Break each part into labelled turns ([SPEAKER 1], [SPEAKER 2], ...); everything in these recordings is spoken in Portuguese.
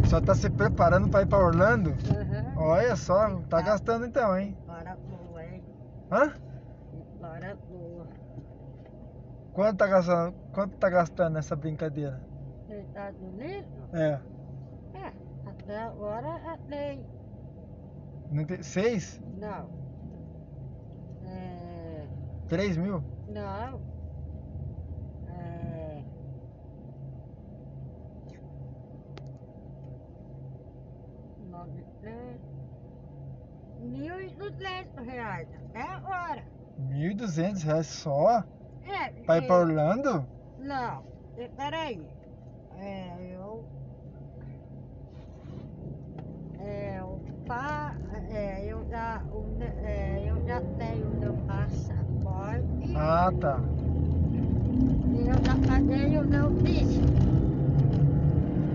[SPEAKER 1] pessoal tá se preparando pra ir pra Orlando?
[SPEAKER 2] Aham.
[SPEAKER 1] Olha só, tá gastando então, hein?
[SPEAKER 2] Hora boa, hein?
[SPEAKER 1] Hã?
[SPEAKER 2] Hora boa.
[SPEAKER 1] Quanto tá gastando, quanto tá gastando nessa brincadeira?
[SPEAKER 2] Estados Unidos?
[SPEAKER 1] É,
[SPEAKER 2] É, até agora tem.
[SPEAKER 1] não tem- seis?
[SPEAKER 2] Não. É,
[SPEAKER 1] Três mil?
[SPEAKER 2] não. É, nove, três, mil e duzentos reais até agora.
[SPEAKER 1] Mil e duzentos reais só? Pra
[SPEAKER 2] É,
[SPEAKER 1] ir pra
[SPEAKER 2] porque-
[SPEAKER 1] Orlando?
[SPEAKER 2] Não, e- peraí. É, eu. É, o pá. É, eu já. O, ne- é, eu já tenho meu passaporte.
[SPEAKER 1] Ah, tá.
[SPEAKER 2] E eu já paguei o meu visto.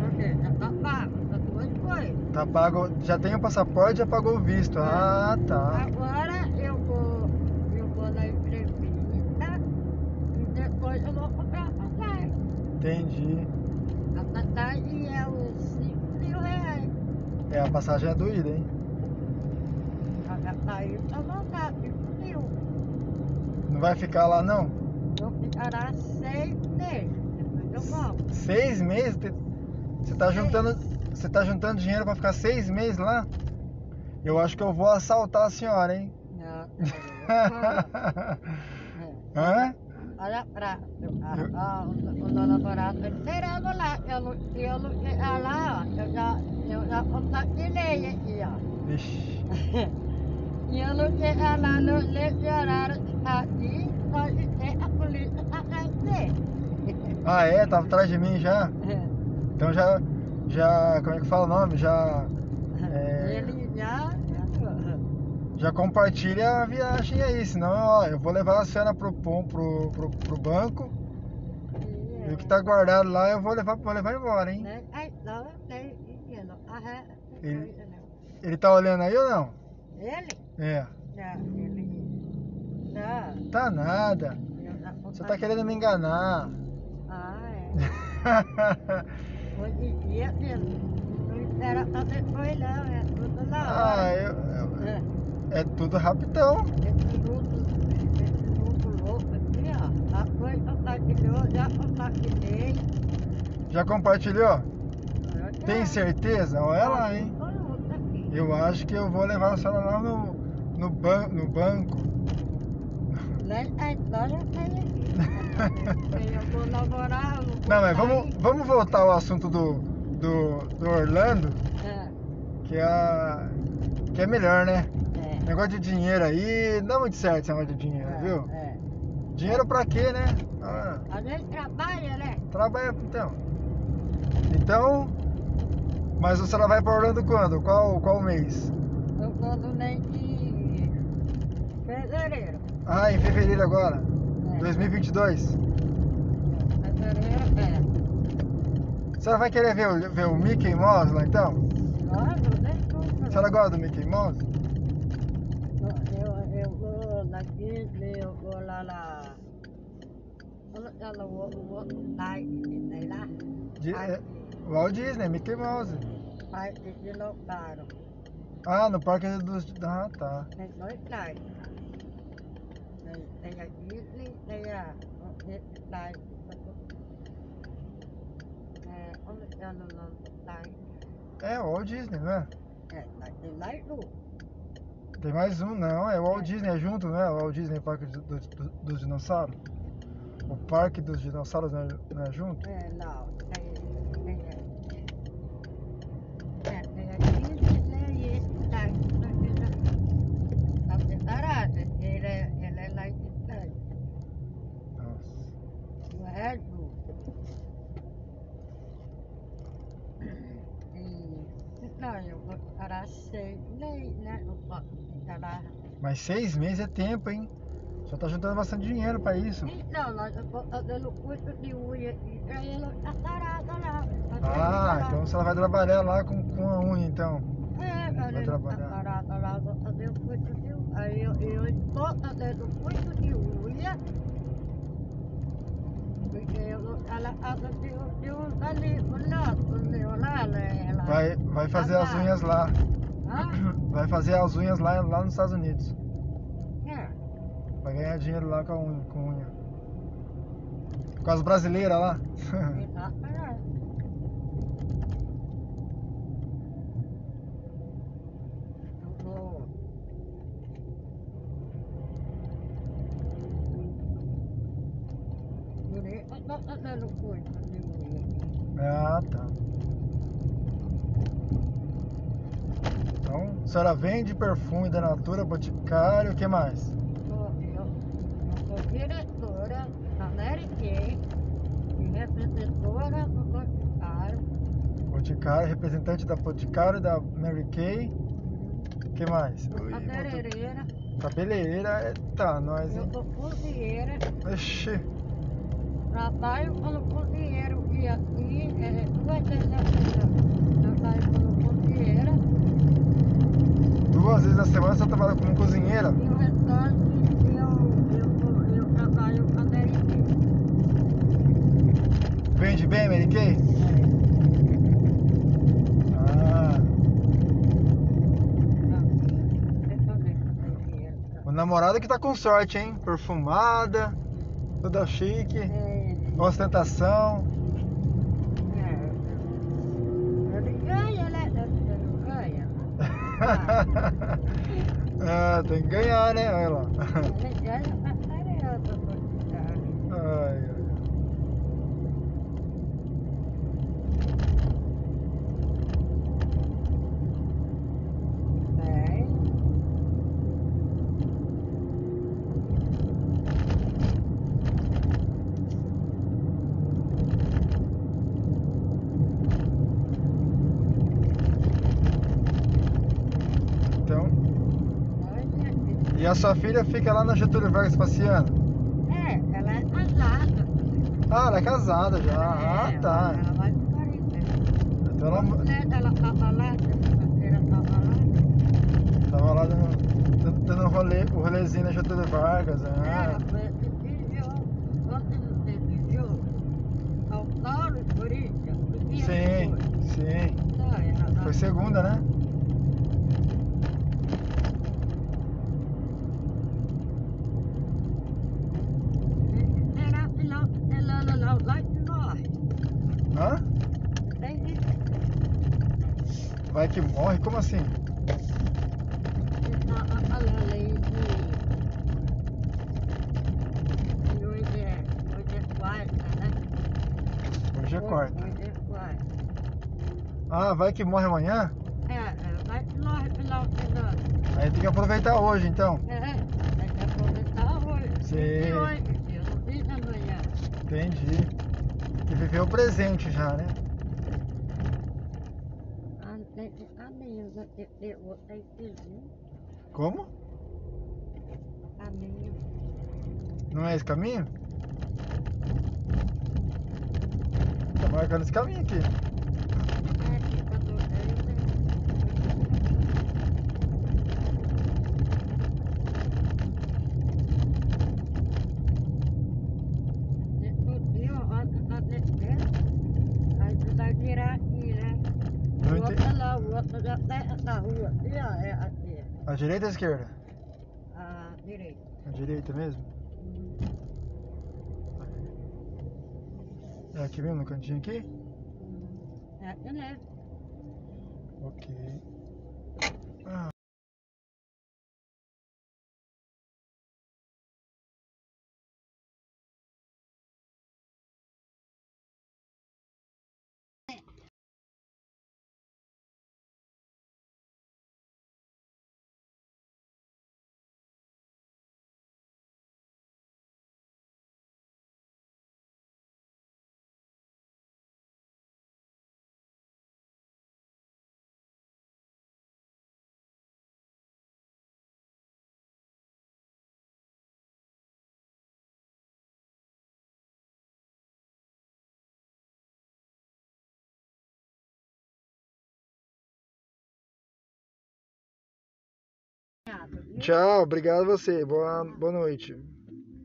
[SPEAKER 2] Porque já tá pago, tá tudo coisa.
[SPEAKER 1] Tá pago, já tem o passaporte, já pagou o visto. Ah, tá.
[SPEAKER 2] Agora eu vou. Eu vou na entrevista. E depois eu vou comprar a passagem.
[SPEAKER 1] Entendi.
[SPEAKER 2] A passagem é os 5 mil reais.
[SPEAKER 1] É, a passagem é doída, hein?
[SPEAKER 2] Ela saiu pra mandar, viu?
[SPEAKER 1] Não vai ficar lá, não?
[SPEAKER 2] Eu ficará seis meses, depois eu volto.
[SPEAKER 1] Seis meses? Te- Você tá
[SPEAKER 2] Seis.
[SPEAKER 1] juntando. Você tá juntando dinheiro pra ficar seis meses lá? Eu acho que eu vou assaltar a senhora, hein?
[SPEAKER 2] Não, não, não.
[SPEAKER 1] Hã?
[SPEAKER 2] Olha pra. Ah, o o meu namorado tá esperando lá. Eu não, eu não, ah, lá, ó, eu já, eu já compartilhei aqui, ó.
[SPEAKER 1] Ixi.
[SPEAKER 2] E eu não chegar lá no, nesse horário aqui, pode ter a polícia atrás dele.
[SPEAKER 1] Ah é? Tava atrás de mim já? Então já. Já. Como é que fala o nome? Já. É.
[SPEAKER 2] Ele já. né?
[SPEAKER 1] Já compartilha a viagem aí, senão ó, eu vou levar a senhora pro, pon- pro, pro, pro banco e o que tá guardado lá eu vou levar, vou levar embora, hein?
[SPEAKER 2] Né? Ai, não, tem dinheiro. Aham, tem
[SPEAKER 1] Ele-
[SPEAKER 2] coisa, não.
[SPEAKER 1] Ele tá olhando aí ou não?
[SPEAKER 2] Ele?
[SPEAKER 1] É.
[SPEAKER 2] Não, ele. Não,
[SPEAKER 1] Tá nada.
[SPEAKER 2] eu já vou
[SPEAKER 1] Você tá
[SPEAKER 2] fazer-
[SPEAKER 1] querendo me enganar.
[SPEAKER 2] Ah, é. Hoje em dia, filho, não espera fazer coisa, não. É tudo na hora.
[SPEAKER 1] ah, eu, eu-
[SPEAKER 2] É,
[SPEAKER 1] é tudo rapidão.
[SPEAKER 2] esse mundo, esse mundo louco aqui, ó. A coisa compartilhou, já compartilhei.
[SPEAKER 1] Já compartilhou?
[SPEAKER 2] Eu já-
[SPEAKER 1] Tem certeza? Olha lá, hein?
[SPEAKER 2] Tô louca aqui.
[SPEAKER 1] Eu acho que eu vou levar a senhora lá no, no, ban no banco.
[SPEAKER 2] Né? A história tem aqui. Eu vou namorar, eu vou
[SPEAKER 1] Não, mas
[SPEAKER 2] sair.
[SPEAKER 1] vamos, vamos voltar ao assunto do, do, do Orlando,
[SPEAKER 2] É.
[SPEAKER 1] que é, a- que é melhor, né?
[SPEAKER 2] É.
[SPEAKER 1] Negócio de dinheiro aí, não dá muito certo esse negócio de dinheiro,
[SPEAKER 2] É,
[SPEAKER 1] viu?
[SPEAKER 2] É.
[SPEAKER 1] Dinheiro pra quê, né? Ah,
[SPEAKER 2] A gente trabalha, né?
[SPEAKER 1] trabalha então. Então, mas a senhora vai pra Orlando quando? Qual, qual mês?
[SPEAKER 2] Eu vou do mês de fevereiro.
[SPEAKER 1] Ah, em fevereiro agora,
[SPEAKER 2] É.
[SPEAKER 1] 2022.
[SPEAKER 2] Fevereiro é.
[SPEAKER 1] A senhora vai querer ver, o- ver o Mickey Mouse lá então?
[SPEAKER 2] é. Claro, né?
[SPEAKER 1] A senhora gosta do Mickey Mouse?
[SPEAKER 2] Eu, eu vou na Disney, eu vou lá na. Eu não vou, eu vou lá em sei lá.
[SPEAKER 1] De, é, Walt Disney, Mickey Mouse.
[SPEAKER 2] Pai de dinossauro.
[SPEAKER 1] Ah, no parque dos. Ah, tá.
[SPEAKER 2] Tem dois sites. Tem, tem a Disney, tem a. o- Esse site. É, como é que é o nome do site?
[SPEAKER 1] É Walt Disney, não é?
[SPEAKER 2] É, mas tem mais um.
[SPEAKER 1] Tem mais um, não. É Walt Disney, é junto, não é? Walt Disney, Parque do- do- do- dos Dinossauros. O Parque dos Dinossauros não é, não é junto?
[SPEAKER 2] É, não, tem, tem a- é, tem a Disney e esse site, mas ele é- tá separado, ele é, ele é lá em distante,
[SPEAKER 1] Nossa.
[SPEAKER 2] o resto. E, não, eu vou parar seis meses, né? Eu posso parar.
[SPEAKER 1] Mas seis meses é tempo, hein? Só tá juntando bastante dinheiro pra isso.
[SPEAKER 2] Então, nós eu vou fazendo curso de unha e aí ela tá parada lá.
[SPEAKER 1] Ah,
[SPEAKER 2] Tá
[SPEAKER 1] então você vai trabalhar lá com, com a unha, então.
[SPEAKER 2] É, meu
[SPEAKER 1] Vai
[SPEAKER 2] amigo,
[SPEAKER 1] trabalhar.
[SPEAKER 2] parada lá, vou fazer o coito de unha. Aí eu, eu estou fazendo coito de unha. assim, tá Porque eu, ela anda de, de um ali, o nosso, o meu lá, né? Ela
[SPEAKER 1] Vai, vai fazer as
[SPEAKER 2] Casar.
[SPEAKER 1] unhas lá. Ah.
[SPEAKER 2] Hã?
[SPEAKER 1] Vai fazer as unhas lá, lá nos Estados Unidos.
[SPEAKER 2] É.
[SPEAKER 1] Vai ganhar dinheiro lá com, a unha- com unha. Com as brasileiras lá.
[SPEAKER 2] Exatamente. Estudou. Direito, eu tô fazendo coisa de direito.
[SPEAKER 1] ah, tá. Então, a senhora vende perfume da Natura, Boticário, o que mais?
[SPEAKER 2] Sou- Eu eu sou diretora da Mary Kay e representora do Boticário.
[SPEAKER 1] Boticário, representante da Boticário, da Mary Kay, o que mais? Ui,
[SPEAKER 2] A
[SPEAKER 1] botu-
[SPEAKER 2] cabeleireira,
[SPEAKER 1] Cabeleireira, é- tá, nós, hein?
[SPEAKER 2] eu sou cozinheira.
[SPEAKER 1] Oxi,
[SPEAKER 2] Trabalho como cozinheiro e aqui é, duas vezes na semana. Trabalho como cozinheira
[SPEAKER 1] duas vezes na semana você trabalha como cozinheira?
[SPEAKER 2] e o restante eu, eu, eu trabalho com a Derek.
[SPEAKER 1] Vende bem, Mary Kay?
[SPEAKER 2] É,
[SPEAKER 1] Ah,
[SPEAKER 2] é,
[SPEAKER 1] o namorado que tá com sorte, hein? Perfumada, toda chique,
[SPEAKER 2] Hum. É,
[SPEAKER 1] ostentação.
[SPEAKER 2] é, Ele ganha, né? Ele não ganha.
[SPEAKER 1] ah, tem que ganhar, né? Olha lá.
[SPEAKER 2] Ele ganha pra caramba.
[SPEAKER 1] Ai, ai.
[SPEAKER 2] É.
[SPEAKER 1] Então,
[SPEAKER 2] Olha aqui.
[SPEAKER 1] e a sua filha fica lá na Getúlio Vargas passeando?
[SPEAKER 2] É, ela é casada.
[SPEAKER 1] Ah, ela é casada já.
[SPEAKER 2] Ela é,
[SPEAKER 1] Ah, tá.
[SPEAKER 2] Ela vai né? pro marido.
[SPEAKER 1] Então
[SPEAKER 2] Ela,
[SPEAKER 1] ela
[SPEAKER 2] né, ela tava lá, terça-feira tava lá.
[SPEAKER 1] tava lá dando, dando- dando um rolê, o rolezinho na Getúlio Vargas.
[SPEAKER 2] Ela
[SPEAKER 1] Ah,
[SPEAKER 2] foi assistir jogo. Ontem não teve jogo. São Paulo e Corinthians. que dia
[SPEAKER 1] sim,
[SPEAKER 2] que
[SPEAKER 1] sim.
[SPEAKER 2] Foi, Não, ela tava-
[SPEAKER 1] Foi segunda, né?
[SPEAKER 2] Era final, ela era lá, lá de nós.
[SPEAKER 1] Hã?
[SPEAKER 2] Tem que
[SPEAKER 1] Vai que morre? Como assim?
[SPEAKER 2] ficar falando aí de. de Hoje é, hoje é quarta, né?
[SPEAKER 1] Hoje é quarta.
[SPEAKER 2] Hoje é quarta.
[SPEAKER 1] Ah, vai que morre amanhã?
[SPEAKER 2] É, é, vai que nós final de
[SPEAKER 1] Aí tem que aproveitar hoje, então.
[SPEAKER 2] É, tem que aproveitar hoje.
[SPEAKER 1] Sim.
[SPEAKER 2] E hoje, eu não vi na manhã.
[SPEAKER 1] Entendi. Tem que viver o presente já, né?
[SPEAKER 2] Ah, tem que a mesa que eu vou ter que pedir.
[SPEAKER 1] Como?
[SPEAKER 2] A mesa.
[SPEAKER 1] Não é esse caminho? Tá marcando esse caminho aqui.
[SPEAKER 2] É, fica do meio, né? Depois, ó, ó, tá descendo. Aí tu vai virar aqui, né?
[SPEAKER 1] Não
[SPEAKER 2] o
[SPEAKER 1] entendi.
[SPEAKER 2] outro lá, o outro já tá essa rua aqui, ó, é aqui.
[SPEAKER 1] A direita ou a esquerda?
[SPEAKER 2] Ah, direito.
[SPEAKER 1] A direita mesmo? É aqui mesmo, no cantinho aqui?
[SPEAKER 2] É aqui mesmo.
[SPEAKER 1] Ok.
[SPEAKER 2] Obrigado, viu?
[SPEAKER 1] Tchau, obrigado a você. Boa, boa noite.